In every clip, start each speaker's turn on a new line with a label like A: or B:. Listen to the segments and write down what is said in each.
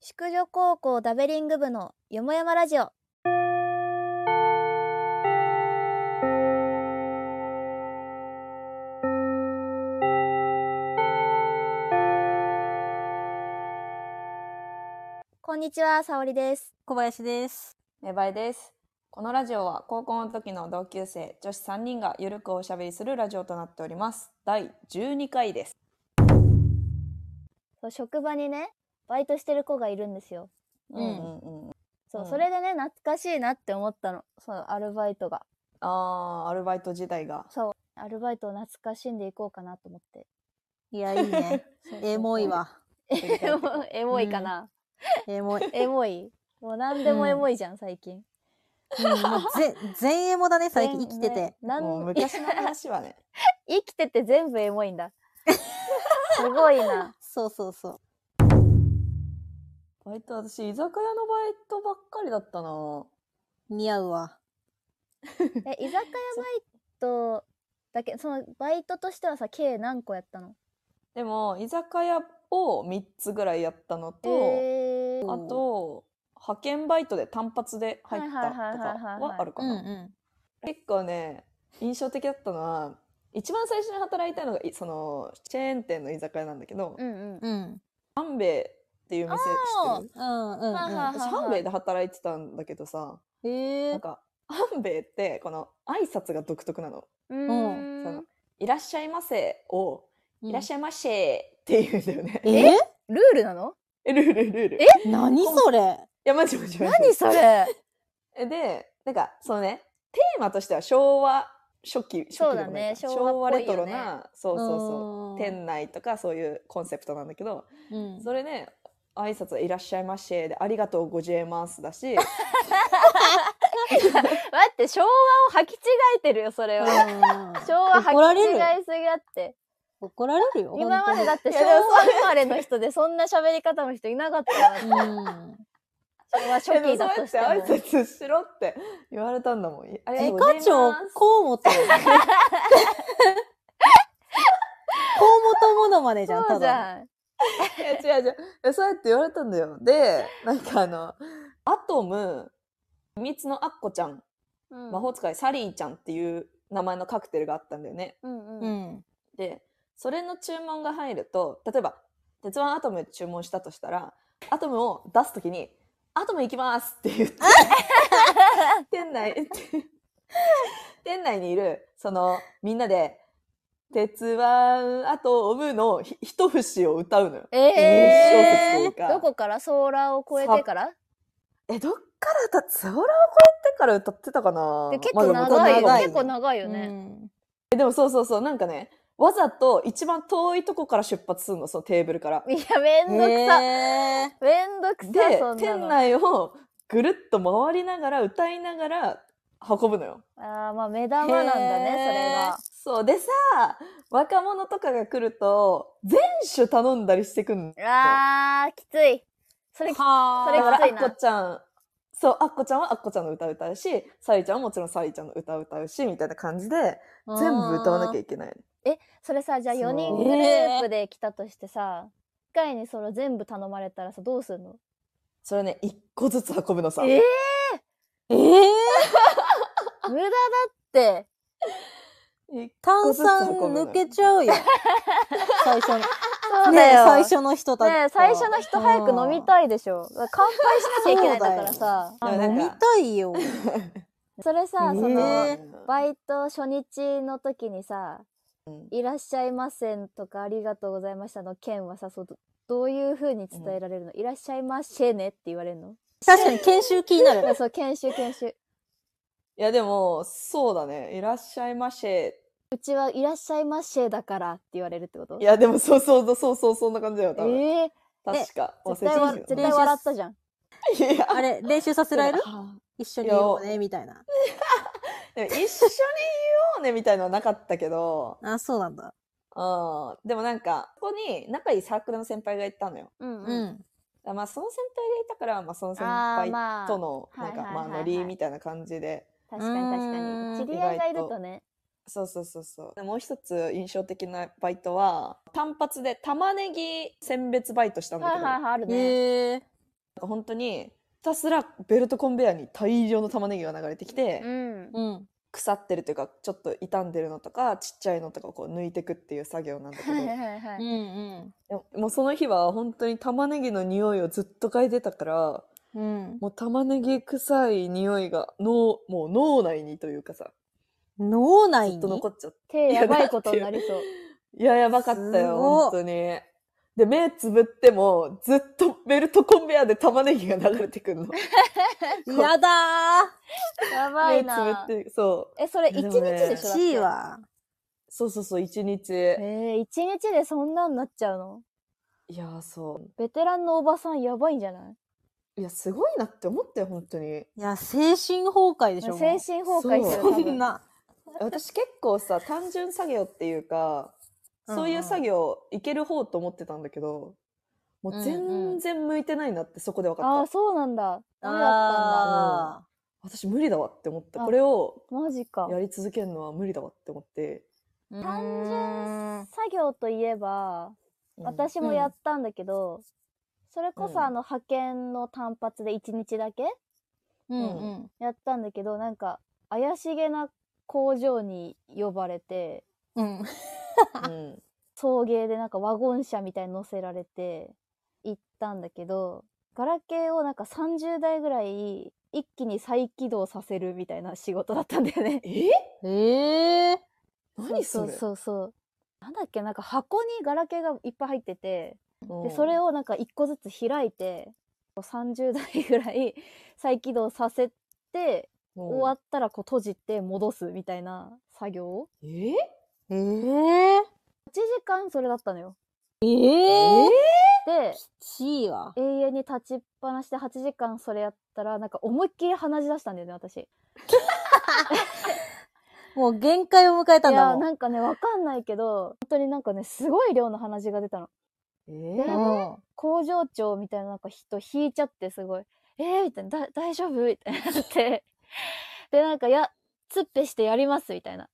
A: 宿女高校ダベリング部のよもやまラジオこんにちは沙織です
B: 小林です。
C: 芽生えです。このラジオは高校の時の同級生女子3人がゆるくおしゃべりするラジオとなっております。第12回です。
A: そう職場にねバイトしてる子がいるんですよ
B: う
C: う
B: ん
C: んうん。
A: そう、
C: うん
A: それでね懐かしいなって思ったのそのアルバイトが
C: あー、アルバイト時代が。
A: アルバイトを懐かしんでいこうかなと思って
B: いや、い いね。エモい。わ。
A: エモ エモいかな、
B: エモい。
A: エモいもう何でもエモいじゃん、最近
B: うん、もうぜ 全エモだね、最近生きてて
A: ね。なん
C: もう昔の話 はね。
A: 生きてて全部エモいんだすごいな
B: そうそうそ
C: バイト私居酒屋のバイトばっかりだったな。
B: う。似合うわ。
A: え居酒屋バイトだけそのバイトとしてはさ計何個やったの
C: でも居酒屋を3つぐらいやったのと、
A: えー
C: あと派遣バイトで単発で入ったとか
A: はいはいはいはいはい
C: はあるかな。
B: ん。
C: 結構ね印象的だったのは一番最初に働いたのがいそのチェーン店の居酒屋なんだけど、
A: うんうん
B: うん。
C: 半兵衛っていう店
A: あー
C: 知ってる
B: うんうん
A: はあはあ
B: う
C: 私半兵衛で働いてたんだけどさ
B: ん。へ
C: なんか半兵衛ってこの挨拶が独特なの。
A: うー
C: そ
A: ん
C: のいらっしゃいませを、いらっし
B: ゃ
C: ゃいませって言うんだよね。
B: ええ
A: ルールなの
C: え ルールルール。
A: え
C: い
B: 何それ
C: やマジマジマジ。
A: 何それ
C: えでなんかそのねテーマとしては昭和初期初期
A: そうだ
C: でもない
A: ね
C: か
A: 昭
C: 昭
A: 和
C: 和
A: っぽい
C: レ
A: よね
C: トロなそうそうそう。
B: う
C: 店内とかそういうコンセプトなんだけど、
B: うん
C: それね挨拶いらっしゃいまして」で「ありがとうごじえます」だ し
A: 待って昭和を履き違えてるよそれは昭和
B: 怒ら
A: 履き
B: れ
A: 違
B: る
A: いすぎだって
B: 怒られるよ。
A: 今までだって
C: い
A: 昭
C: や
A: 和
C: でも
A: 生まれの人でそんな喋り方の人いなかったよ
B: 本当にうん。
A: 昭和初
C: でも
A: 期
C: そう
A: だ
C: や
A: と
C: っ
A: してて
C: 挨
A: も
C: 拶しろって言われたんだもん。ありが
B: え、
C: とうござい
B: 課
C: ます
B: 長、河本。 河本ものまねじゃん、
A: そ
B: た
A: うじ
B: だ
A: ゃん
C: いや違う違うえそうやって言われたんだよ。 でなんかあのアトム秘密のアッコちゃん
A: うん
C: 魔法使いサリーちゃんっていう名前のカクテルがあったんだよね。
A: うん
B: の。
A: うん
B: ん。
C: でそれの注文が入ると例えば「鉄腕アトム」注文したとしたらアトムを出す時に「アトム行きます」っ て言って店内 店内にいるそのみんなで「鉄腕アトム」のひ一節を歌うのよ。
A: え
C: 小
A: ー
C: 説というか
A: どこからソーラーを越えてから
C: えどっから歌っソーラーを越えてから歌ってたかな
A: で結
C: まあ
A: 構
C: でも歌っ
A: 長い
C: てた
A: よ、
C: かも
A: 結構長いよね、
B: うん
C: えでもそうそうそうなんかねわざと一番遠いとこから出発するのそのテーブルから。
A: いやめんどくさ、
B: へー
A: めんどくさ
C: で
A: そんな
C: 店
A: の
C: 内をぐるっと回りながら歌いながら運ぶのよ。
A: あーまあ目玉なんだね
C: そうでさ若者とかが来ると全種頼んだりしてくんの。
A: それがあーきついそれき
B: は
A: そ
B: あ
A: れ
C: だから
A: き
C: あ
A: つい
C: っ
A: な
C: こちゃんそうあっこちゃんはあっこちゃんの歌歌うしさりちゃんはもちろんさりちゃんの歌歌うしみたいな感じで全部歌わなきゃ
B: い
C: いけない。
A: それさじゃあ
C: そう
A: 4人グループで来たとしてさ1回にそれ全部頼まれたらさどうするの
C: それね一個ずつ運ぶのさ。
A: え
B: けない。ええ
A: ー、無駄だって
C: 一個
B: 炭
C: ずつ
B: 酸
C: 運ぶのよ
B: 抜けちゃうよ。最初の。
A: そう
B: ね
A: だ
B: え
A: よ、
B: 最初の人だ
A: ねえ最初の人早く飲みたいでしょ乾杯しなきゃいけないんだからさ
C: そうだよ
B: 飲みたいよ。
A: それさ、その
B: え
A: バイト初日の時にさ
C: う
A: 「
C: ん
A: いらっしゃいません」とか「ありがとうございました」の件はさそうどどういう風に伝えられるの「いらっしゃいませね」って言われるの
B: 確かに研修気にな る。
A: そう研修研修
C: いやでもそうだね「いらっしゃいませ」
A: うちは「いらっしゃいませ」だからって言われるってこと
C: いや、でもそうそうそうそう、そんな感じだよ、多分。
A: ええ
C: 確か。
A: 絶対わ
C: 忘れ
A: 絶
C: てたけど
A: 対笑ったじゃん
C: いや、
B: あれ、練習させられる
C: は
B: 一緒に言おうね、みたいな。
C: でも一緒に言おうね、みたいのはなかったけど、
B: あ、そうなんだ。
C: うん。でもなんか、ここに仲いいサークルの先輩がいたのよ。
A: うん
B: う
A: うん
B: ん。
C: まあ、その先輩がいたから、まあ、その先
A: あー
C: 輩
A: まあ
C: との、
A: はい
C: なんか、
A: はい
C: まあ、
A: はい
C: ノリみたいな感じで。
A: 確かに確か
B: うーん
A: に知り合いがいるとね
C: そうそうそうそう。でもう一つ印象的なバイトは、単発で玉ねぎ選別バイトしたんだ
A: は
C: け
A: い
C: ど、
A: はいはいあるね
B: へえ。
C: なんか本当に、ひたすらベルトコンベヤーに大量の玉ねぎが流れてきて、
A: うん。
B: うん。
C: 腐ってるというか、ちょっと傷んでるのとか、ちっちゃいのとかをこう抜いてくっていう作業なんだけ
A: は
C: ど
A: い、はいは
B: う
A: い。
B: ん
C: でももうその日は本当に玉ねぎの匂いをずっと嗅いでたから、
B: うん。
C: もう玉ねぎ臭い匂いが脳、もう脳内にというかさ、
B: 脳内
C: ずっと
B: に
C: 残っちゃって。
A: 手やばいことになりそう。
C: いや、やばかった
B: す
C: よ、
B: ごっ
C: 本当に。で、目つぶっても、ずっとベルトコンベヤーで玉ねぎが流れてくるの。
B: やだ
A: やば
C: 目
A: い
C: つ
A: な。
C: ぶって、そう。
A: え、それ一日でし
B: ー
A: ょだっ
B: しい
A: て。
B: わ。
C: そうそうそう、一日。
A: えー、一日でそんなんなっちゃうの
C: いやー、そ。
A: ベテランのおばさんやばいんじゃないう
C: いや、すごいなって思ったよ、本当に。
B: いや、精神崩壊でしょ。も
A: 精
B: う
A: 神崩壊する
C: そう
A: 多
B: そん
A: 分。
B: な。
C: 私結構さ、単純作業っていうか、そういう作業、いける方と思ってたんだけど、もう全然向いてないなってそこで分かった。
A: ああ、そうなんだ。ダメだったんだ。
B: あ
C: 私無理だわって思った。
A: あ
C: これを
A: マジか。
C: やり続けるのは無理だわって思って。
B: ーうーん
A: 単純作業といえば、
C: うん、
A: 私もやったんだけど、それこ
C: うん
A: そあの派遣の単発で1日だけ
B: うんうん
A: やったんだけど、なんか怪しげな工場に呼ばれて、
B: うん。
C: うん。
A: 送迎でなんかワゴン車みたいに乗せられて行ったんだけど、ガラケーをなんか30台ぐらい一気に再起動させるみたいな仕事だったんだよね。
C: え
B: ええ。
C: 何
A: そ
C: それ
A: うそうそう。なんだっけなんか箱にガラケーがいっぱい入ってて、
C: うん
A: でそれをなんか一個ずつ開いてこう30代ぐらい再起動させて終わったらこう閉じて戻すみたいな作業を
C: うんえ
B: ええ。
A: 1時間それだったのよ
B: ええ。
A: で
B: しいわ。
A: 永遠に立ちっぱなしで8時間それやったらなんか思いっきり鼻血出したんだよね私い
B: もう限界を迎えたんだ
A: や
B: もん。
A: なんかねわかんないけど本当になんかねすごい量の鼻血が出たの
C: え
A: でなんか
B: うん
A: 工場長みたいななんか人引いちゃってすごい「えー?」みたいなだ「大丈夫?」みたいになって でなんか「いやつっぺしてやります」みたいな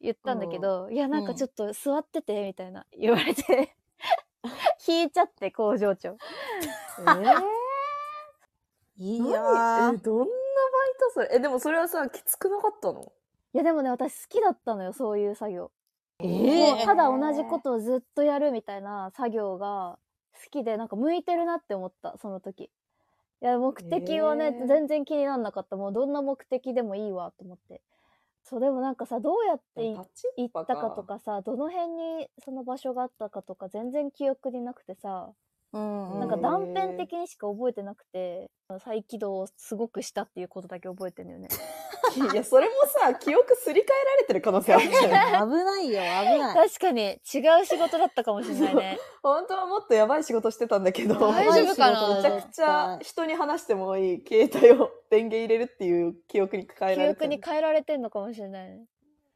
A: 言ったんだけど「いやなん
B: う
A: か
B: ん
A: ちょっと座ってて」みたいな言われて 引いちゃって工場長
C: えー
B: い
C: 何
B: やー
C: えどんなバイトそれえでもそれはさきつくなかったの
A: いやでもね私好きだったのよそういう作業、
B: え
A: もう
B: え
A: ただ同じことをずっとやるみたいな作業が好きでなんか向いてるなって思ったその時いや目的はね、
C: えー
A: 全然気になんなかったもうどんな目的でもいいわと思ってそうでもなんかさどうやってい
C: 立ち
A: 行
C: ぱ
A: ったかとかさどの辺にその場所があったかとか全然記憶になくてさ、
B: うん
A: なんか
C: へー
A: 断片的にしか覚えてなくて再起動をすごくしたっていうことだけ覚えてんだよ ね
C: いやそれもさ記憶すり替えられてる可能性あるじゃ ん
B: 危ないよ、危ない。
A: 確かに違う仕事だったかもしれないね
C: 本当はもっとやばい仕事してたんだけど
A: 大丈夫かな
C: めちゃくちゃ人に話してもいい携帯を電源入れるっていう記憶に変え
A: 記
C: られて
A: 憶
C: る
A: に変えられてんのかもしれないね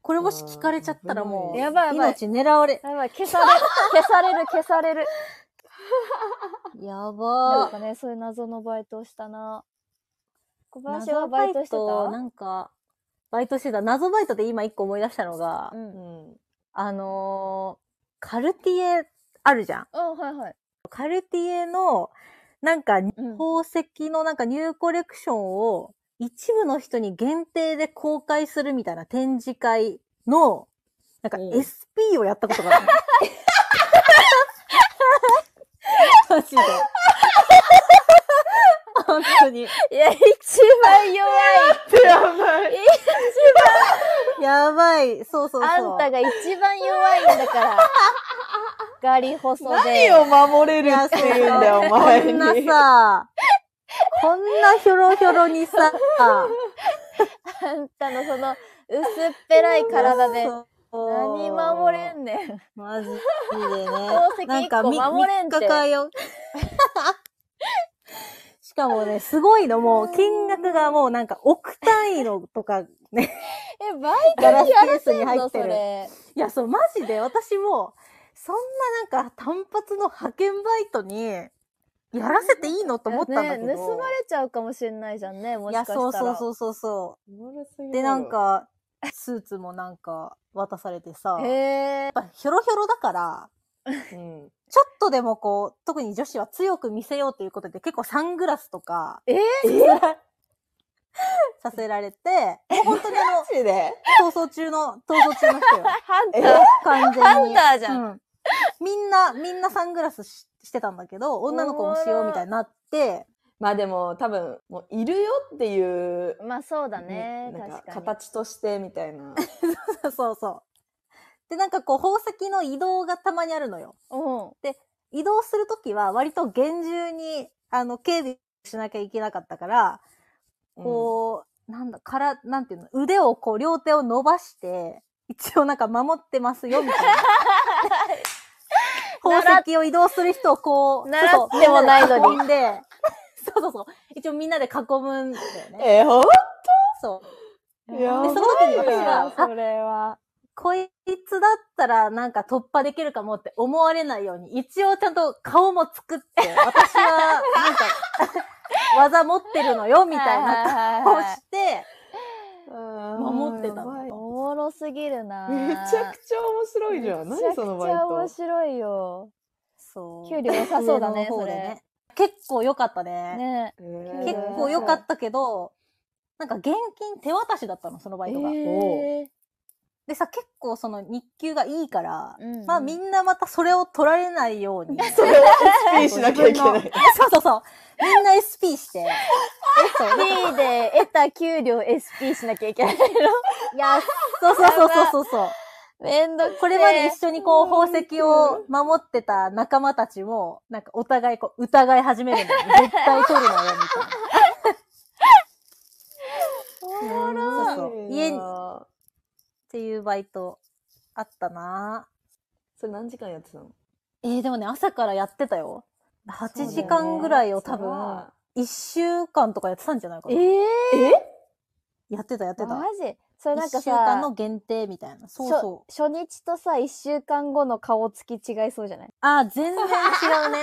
B: これもし聞かれちゃったらもう、
A: やばいやばい
B: 命狙われ。
A: やばい消さ れ消される消される
B: や
A: なん
B: ば
A: かねそういう謎のバイトをしたな小
B: ー。
A: 林はバイトして
B: 謎な
A: た
B: んか、バイトしてた。謎バイトで今一個思い出したのが
A: う、ん、う、
C: うんん
B: あのーカルティエあるじゃん。
A: はいはい、
B: カルティエの、なんか、
A: うん、
B: 宝石のなんかニューコレクションを一部の人に限定で公開するみたいな展示会の、なんか
C: うん
B: SP をやったことがある。マジで。本当に。
A: いや一番弱 い
C: やばい
B: やばい。そうそうそう。
A: あんたが一番弱いんだ から。ガリ細で。
C: 何を守れるっていうんだよお前
B: こ
C: に
B: んなさ、こんなひょろひょろにさ、
A: あんたのその薄っぺらい体で。
B: そう
A: 何守れんねん。
B: マジでね。
A: 石
B: なんか
A: 一個
B: み
A: 守れんて
B: 三日かよ。 しかもね、すごいの、もう、金額がもうなんか、億単位のとかね。
A: え、バイトにやらせん
B: ガラ
A: の
B: スケ
A: そ
B: ースに
A: れ。
B: いや、そう、マジで、私も、そんななんか、単発の派遣バイトに、やらせていいのと思ったんだけど。
A: ね盗まれちゃうかもしれないじゃんね、も
B: い
A: しか
B: や、
A: したら。
B: そうそうそうそうそ
C: 悪すぎ
B: う。
C: る
B: で、なんか、スーツもなんか、渡されてさ、
A: へえ。
B: やっぱヒョロヒョロだから、
C: うん。
B: ちょっとでもこう、特に女子は強く見せようということで、結構サングラスとか
A: えー、
B: させられて、もう本当にあの
C: マ、ジで
B: 逃走中の、逃走中の人よ。
A: ハンタ
C: え
A: ー
B: 完全に。
A: ハンターじゃん。
B: うん。みんな、みんなサングラスししてたんだけど、女の子もしようみたいになって、
C: まあでも多分、もういるよっていう。
A: まあそうだね。
C: なんか
A: 確かに。
C: 形としてみた いな。
B: そうそう。で、なんかこう、宝石の移動がたまにあるのよ。
A: うん。
B: 移動するときは割と厳重に、あの、警備しなきゃいけなかったから、こう、なんだ、から、なんていうの、腕をこう、両手を伸ばして、一応なんか守ってますよ、みた いな。宝石を移動する人をこう、
A: 習っ
B: ちょっ
A: 習
B: と
A: ってもないのに
B: みんで囲んで、 そうそうそう。一応みんなで囲むんだよ
C: う
B: ね
C: ん。。え、ほん
B: そう。
C: やばい
B: でその時に
C: よ
B: 私
A: そ
B: が
A: れは。
B: こいつだったらなんか突破できるかもって思われないように、一応ちゃんと顔も作って、私はなんか、 技持ってるのよ、みたいな
A: な
B: 顔して、
C: 守
B: ってたの
C: め
A: おもろすぎるな。
C: ちゃくちゃ面白いじゃん。何そのバイ
A: めちゃくちゃ面
C: ト。
A: 白いよ。
B: そ う。
A: 給料良さそうだね
B: 上の方でね。結構良かったね。
A: ね
C: えー
B: 結構良かったけど、なんか現金手渡しだったの、そのバイトが。
A: えー
B: でさ、結構その日給がいいから、
A: うんうん
B: まあみんなまたそれを取られないよ うに。
C: それを SP しなきゃいけな
B: 自
C: い。
B: そうそうそう。みんな SP して。そう
A: P で得た給料 SP しなきゃいけないの。い や、
B: そうそうそうそうそう。
A: めんどくせえ
B: これまで一緒にこう宝石を守ってた仲間たちも、なんかお互いこう疑い始めるんだよね。絶対取るのよ、みたいな。
C: おも
B: ろいそうそう家に
C: そ
B: っていうバイトあったな
C: れ何時間やってたの
B: えー、でもね、朝からやってたよ。8時間ぐらいを多分、1週間とかやってたんじゃないか
A: え
B: な。
A: ー
B: やってた、やってた
A: マ。ジそれなん
B: 1
A: か
B: 週間
A: さ
B: の、限定みたいな。そう
A: しょ
B: そう。
A: 初日とさ、1週間後の顔つき違いそうじゃない
B: あー、全然違う ね。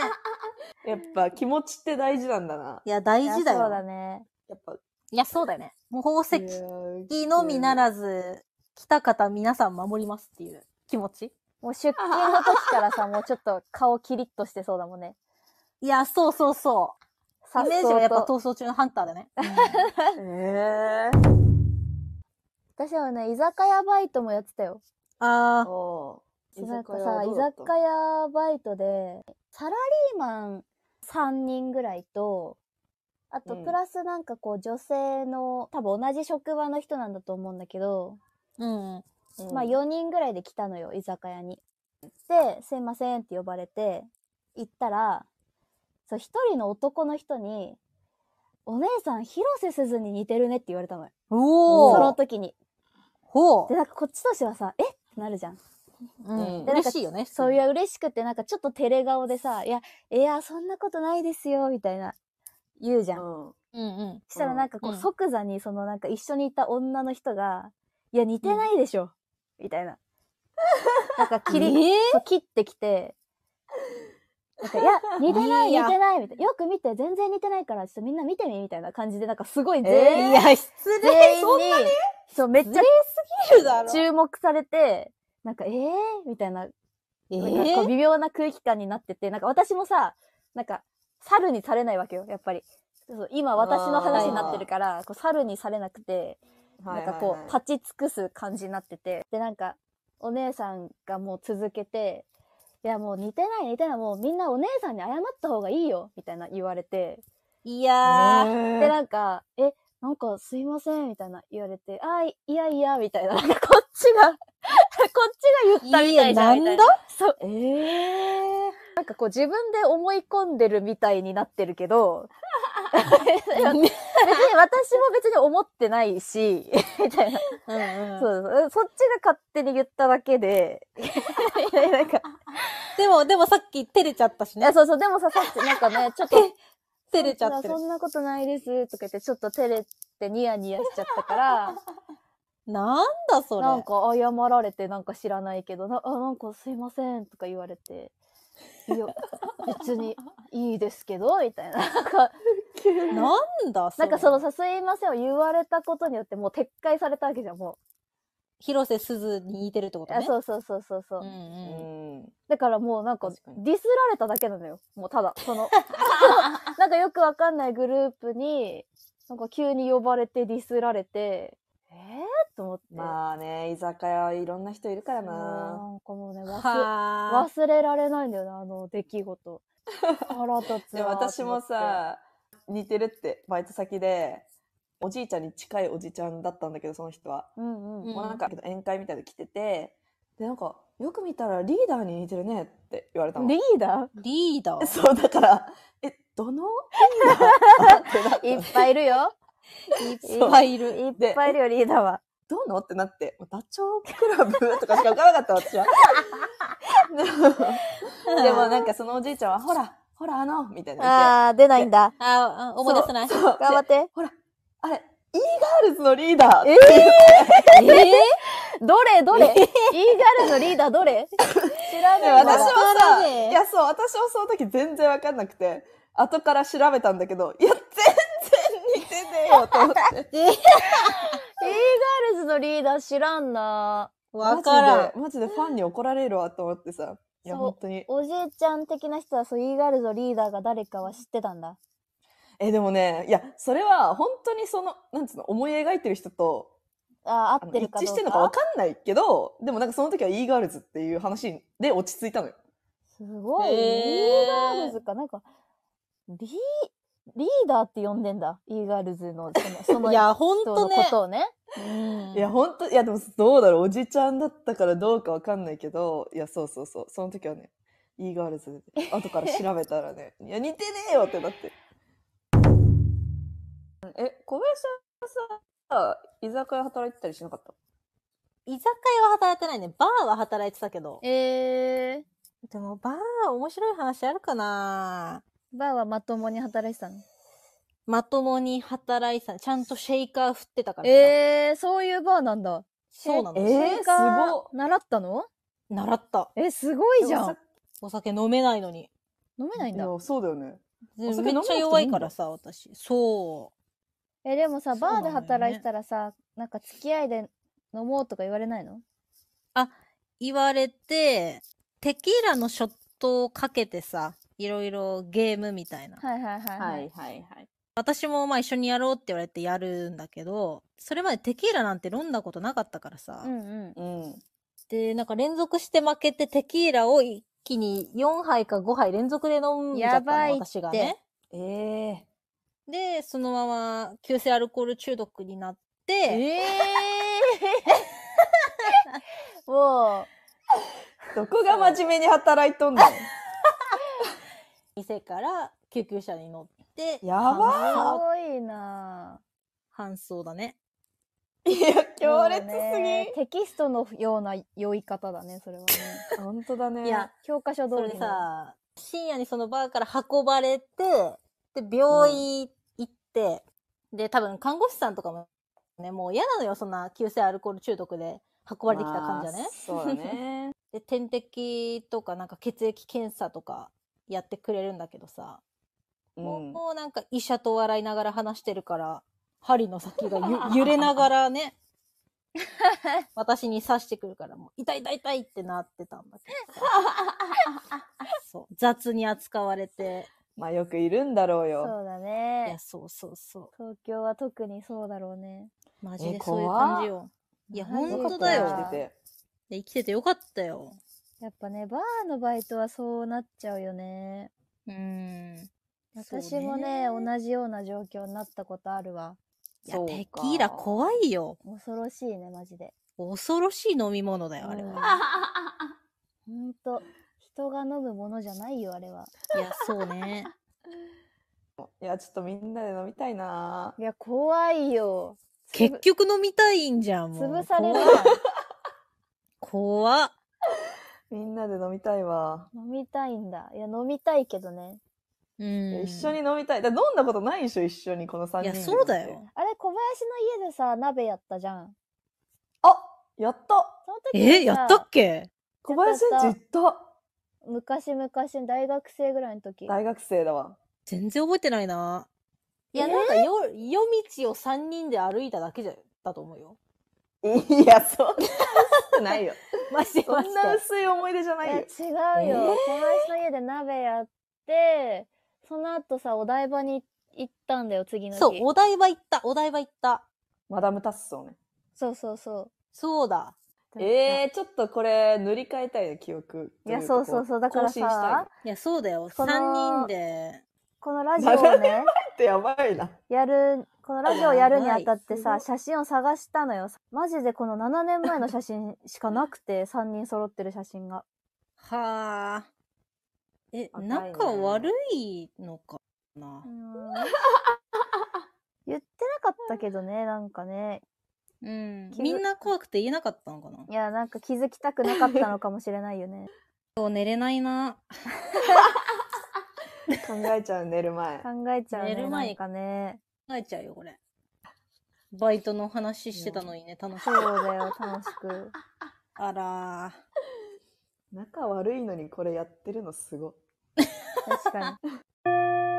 C: やっぱ気持ちって大事なんだな。
B: いや、大事だ
A: いやそう
B: よ。
A: だね。
C: やっぱ。
B: いや、そうだよね。もう宝石
C: 敵
B: のみならず、来た方皆さん守りますっていう気持ち。
A: もう出勤の時から さ、もうちょっと顔キリッとしてそうだもんね。
B: いや、そうそうそう。
A: さ
B: イメージはやっぱ逃走中のハンターだね。
C: ええ
A: 私はね、居酒屋バイトもやってたよ。
B: あー、
C: おう
A: なんかさ、居酒屋バイトで、サラリーマン3人ぐらいと、あと、
C: うん
A: プラスなんかこう、女性の、多分同じ職場の人なんだと思うんだけど、
B: うん。
C: 屋
A: まあ4人ぐらいで来たのよ、居酒屋に。で、すいませんって呼ばれて、行ったら、そう、一人の男の人に、お姉さん、広瀬すずに似てるねって言われたのよ。
B: お
C: お
A: そ
B: ー
A: の。時に。
B: ほう
A: で、。なんかこっちとしてはさ、えってなるじゃん。
B: うん
C: うん
B: で嬉しいよね。
A: そういや、嬉しくて、なんかちょっと照れ顔でさ、いや、いや、そんなことないですよ、みたいな、言うじゃん。
C: うん。
B: うんうん。
A: したらなんかこう、
B: うん
A: 即座に、そのなんか一緒にいた女の人が、いや、似てないでしょ、みたいな。なんか切り、
B: え
A: そう切ってきて、なん か、いや、似てない、
B: いや
A: 似てない、みたいな。よく見て、全然似てないから、ちょっとみんな見てみ、みたいな感じで、なんかすごい全員、
B: いや、失
A: 全
B: 礼
A: 員
B: そん
A: に、そう、めっちゃ
B: なるだろ。
A: 注目されて、なんか、えーみたいな
B: え
A: なんかこう微妙な空気感になってて、なんか私もさ、なんか、猿にされないわけよ、やっぱり。そう今私の話になってるから、こう猿にされなくて、なんかこう、
C: パッ
A: 立ち尽くす感じになってて、で、なんか、お姉さんがもう続けて、いや、もう似てない似てない、もうみんなお姉さんに謝った方がいいよ、みたいな言われて、
B: いやー、
A: で、なんか、え、なんかすいません、みたいな言われて、あー、いやいや、みたいな、なんかこっちが、こ っちが言ったみたいじゃんみたいな。
B: いやなんだ
A: そう。
C: え
A: なんかこう自分で思い込んでるみたいになってるけ ど、別に私も別に思ってないし、みたいな。
B: うんうん
A: そうそうそっちが勝手に言っただけで、いやなんか、
B: でも、でもさっき照れちゃったし
A: い
B: ね
A: や。そうそう、でもさ、さっきなんかね、ちょっと、
B: 照れちゃってる
A: そ。んなことないです、とか言って、ちょっと照れてニヤニヤしちゃったから、
B: なんだそれ。
A: なんか謝られてなんか知らないけど、なあなんかすいませんとか言われて、いや、別にいいですけど、みたいな。なんか
B: なんだ
A: なんかそのさ、すいませんを言われたことによってもう撤回されたわけじゃん、も
B: 広瀬すずに似てるってこと
A: あ
B: ね。
A: そうそうそうそうそう、
B: うん
C: う
B: うん。
C: ん。
A: だからもうなんかデ
C: 確かに
A: ィスられただけなのよもうただそのなんかよくわかんないグループになんか急に呼ばれてディスられてえー、と思って
C: まあね、居酒屋はいろんな人いるから
A: な
C: な。
A: んかもうね忘
B: は
A: 忘れられないんだよねあの出来事腹立つわーと
C: で、
A: 思って
C: 私もさ、似てるって、バイト先で、おじいちゃんに近いおじちゃんだったんだけど、その人は。
A: うんうん
B: うん
C: もうなんか、けど宴会みたいなの来てて、で、なんか、よく見たらリーダーに似てるねって言われたの。
A: リーダ
B: ー。リーダ
C: え
B: ー。
C: そう、だから、え、どのリーダーってなっ
A: ーい
C: て
A: っぱいいるよ
B: いっぱいいる。
A: いっぱいいるよリーダーは
C: どうのってなって、ダチョウ倶楽部とかしか浮かばなかった、私は。でもなんかそのおじいちゃんは、ほら、ほら、あの、みたいな
A: あー出ないんだ
B: あ、あ思い出せない。
C: 言って。
A: 頑張
C: で
A: って
C: ほら、あれ、イーガールズのリーダー
A: え
B: えー
A: どれどれイーガールのリーダーどれ 知ら
C: で
A: ない
C: 私も
B: わから
C: さ、
B: ねえ
C: いや、そう、私もその時全然わかんなくて、後から調べたんだけど、いや、全然似てねえよ、と思って。
B: え
A: イーガールズのリーダー知らんな
B: わから
C: マジで、
B: ん。
C: マジでファンに怒られるわ、と思ってさ。いや、
A: そう
C: 本当に。
A: おじいちゃん的な人はそうイーガールズのリーダーが誰かは知ってたんだ
C: え、でもね、いや、それは本当にその、なんつうの、思い描いてる人と、
A: あー
C: あ
A: 合っ
C: の
A: て
C: 一
A: るかどうか
C: 致してるのかわかんないけど、でもなんかその時は e ガールズっていう話で落ち着いたのよ。
A: すごい、
B: へー
A: イーガールズかなんかリーリーダーって呼んでんだイーガールズのそのその
B: いや、ほん
A: 人
B: と
A: の
B: ね
A: こ。とをね
B: うん
C: いや、ほんと、いや、でもどうだろう、おじちゃんだったからどうかわかんないけど、いや、そうそうそう、その時はね、e ガールズ、 後から調べたらね、いや、似てねえよってなって。え、小林さんさ、居酒屋働いてたりしなかった
B: 居酒屋は働いてないね。バーは働いてたけど。
A: え
B: でも、バー、面白い話あるかな
A: ー、バーはまともに働いてたの
B: まともに働いてた。ちゃんとシェイカー振ってたからさ。
A: えー、そういうバーなんだ
B: そうなの。
C: え
A: そ
C: ー
A: れが
C: すご
A: 習ったの
B: 習った。
A: えすごいじゃ
C: でも
A: ん
C: さ
B: お酒飲めないのに。
A: 飲めないんだ
C: いや、そうだよね。
B: め
C: お
B: っ
C: 酒飲まなく
B: ち
C: てもい
B: ゃ
C: いんだ
B: 弱いからさ、私。そ
A: えでもさ
B: そうな
A: バー
B: んだ
A: で
B: よね
A: 働いてたらさなんか付き合いで飲もうとか言われないの
B: う。言われて、テキーラのショットをかけてさ、いろいろゲームみたいな。
A: はいはいはいはい、
C: はいはい。
B: 私もまあ一緒にやろうって言われてやるんだけど、それまでテキーラなんて飲んだことなかったからさ。
A: うんうん
C: うん。
B: で、なんか連続して負けてテキーラを一気に4杯か5杯連続で飲んじゃった
A: やばい
B: の、
A: って
B: 私がね。
C: ええ
B: で、そのまま急性アルコール中毒になって、
A: え ー、もう
C: どこが真面目に働いとん の
B: 店から救急車に乗って、
C: やば
A: す
C: あ
A: ごいなぁ
B: 搬送だね。
C: いや、強烈
A: も
C: すぎ
A: うねテキストのような酔い方だねそれはね
C: 本当だね。
B: いや、
A: 教科書通
B: そ
A: りの
B: れでさ、深夜にそのバーから運ばれて、で、病院行って、で、多分看護師さんとかもね、もう嫌なのよ、そんな急性アルコール中毒で運ばれてきた患者ね。
C: まあそうだ ね。
B: で、点滴とかなんか血液検査とかやってくれるんだけどさ、
C: うん
B: もうなんか医者と笑いながら話してるから、針の先が ゆ揺れながらね、私に刺してくるから、もう痛い痛い痛いってなってたんだけどさそう、雑に扱われて、
C: まあよくいるんだろうよ。
A: そうだ
B: いや、
A: ね
B: そうそうそ
A: 東京は特にそうだろうね
B: う。マジ
C: え
B: でそういう
C: 怖っ
B: 感じよ。いや、
A: マジで
B: 本当だよ
A: 怖い。
C: 生きてて
B: いや生きててよかったよ。
A: やっぱねバーのバイトはそうなっちゃうよね
B: うん。
A: 私もね同じような状況になったことあるわ
B: じ。い
C: そ
B: や、
C: うか
B: テキーラ怖いよ。
A: 恐ろしいねマジで
B: 恐ろしい飲み物だよ、あれは。
A: ほんと人が飲むものじゃないよあれはい
B: や、そうね。
C: いや、ちょっとみんなで飲みたいない
A: や怖いよ つぶ
B: 結局飲みたいんじゃん、もう。
A: 潰されるわ
B: 怖っ怖っ。
C: みんなで飲みたいわ。
A: 飲みたいんだいや飲みたいけどね
B: う
C: いや
B: ん。
C: 一緒に飲みたい。だから飲んだことないでしょ、一緒にこの3人
B: い
C: で
B: や、そうだ。よ。
A: あれ小林の家でさ鍋やったじゃん
C: あやった
A: その時にさ
B: え、やったっけ
C: 小林選手行った
A: 昔々大学生ぐらいの時
C: 大学生だわ。
B: 全然覚えてないな。いや、
A: えー
B: なんかよ、夜道を3人で歩いただけじゃ、だと思うよ。
C: いや、そんな薄くないよ。
B: マジ
C: そ
B: マ
C: ん
B: ジ
C: な
B: で。
C: 薄い思い出じゃない
A: え
C: よ。
A: 違うよ、友達の家で鍋やってその後さお台場に行ったんだよ次の日
B: そう、お台場行った、お台場行った。
C: マダムタッソーね。
A: そうそうそ
B: そうだ。
A: う
C: えー、ちょっとこれ塗り替えたいよ、記憶。
A: いやそうそう
C: う。
A: そうだから
C: 更新したい
A: さ
C: っ
B: いや、そうだよ。
A: その
B: 3人で。
A: このラジオをね
C: てやばいな。
A: やるこのラジオやるにあたって
B: やば
A: さ
B: いす
A: 写真を探したのよマジでこの7年前の写真しかなくて3 人揃ってる写真が
B: はあ。え、
C: 若いね
B: 仲悪いのかな
A: 言ってなかったけどねなんかね
B: うん。
A: 気づ
B: みんな怖くて言えなかったのかない
A: やなんか気づきたくなかったのかもしれないよ ね
B: 今日寝れないな。
C: 考えちゃう、寝る前。
A: 考えちゃうね
B: 寝る
A: な
B: 前
A: んか ね
B: 考えちゃうよ、これ。バイトの話してたのにね、楽し
A: そ
B: み。
A: うだよ楽しく
B: あらー。
C: 仲悪いのにこれやってるのすごい。
A: 確 かに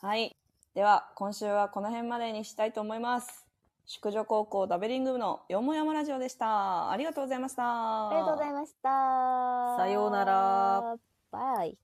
C: はい。では、今週はこの辺までにしたいと思います。宿女高校ダベリング部のよもやもラジオでした。ありがとうございました。あ
A: ありがとうございました。
B: さようなら。
A: バイ。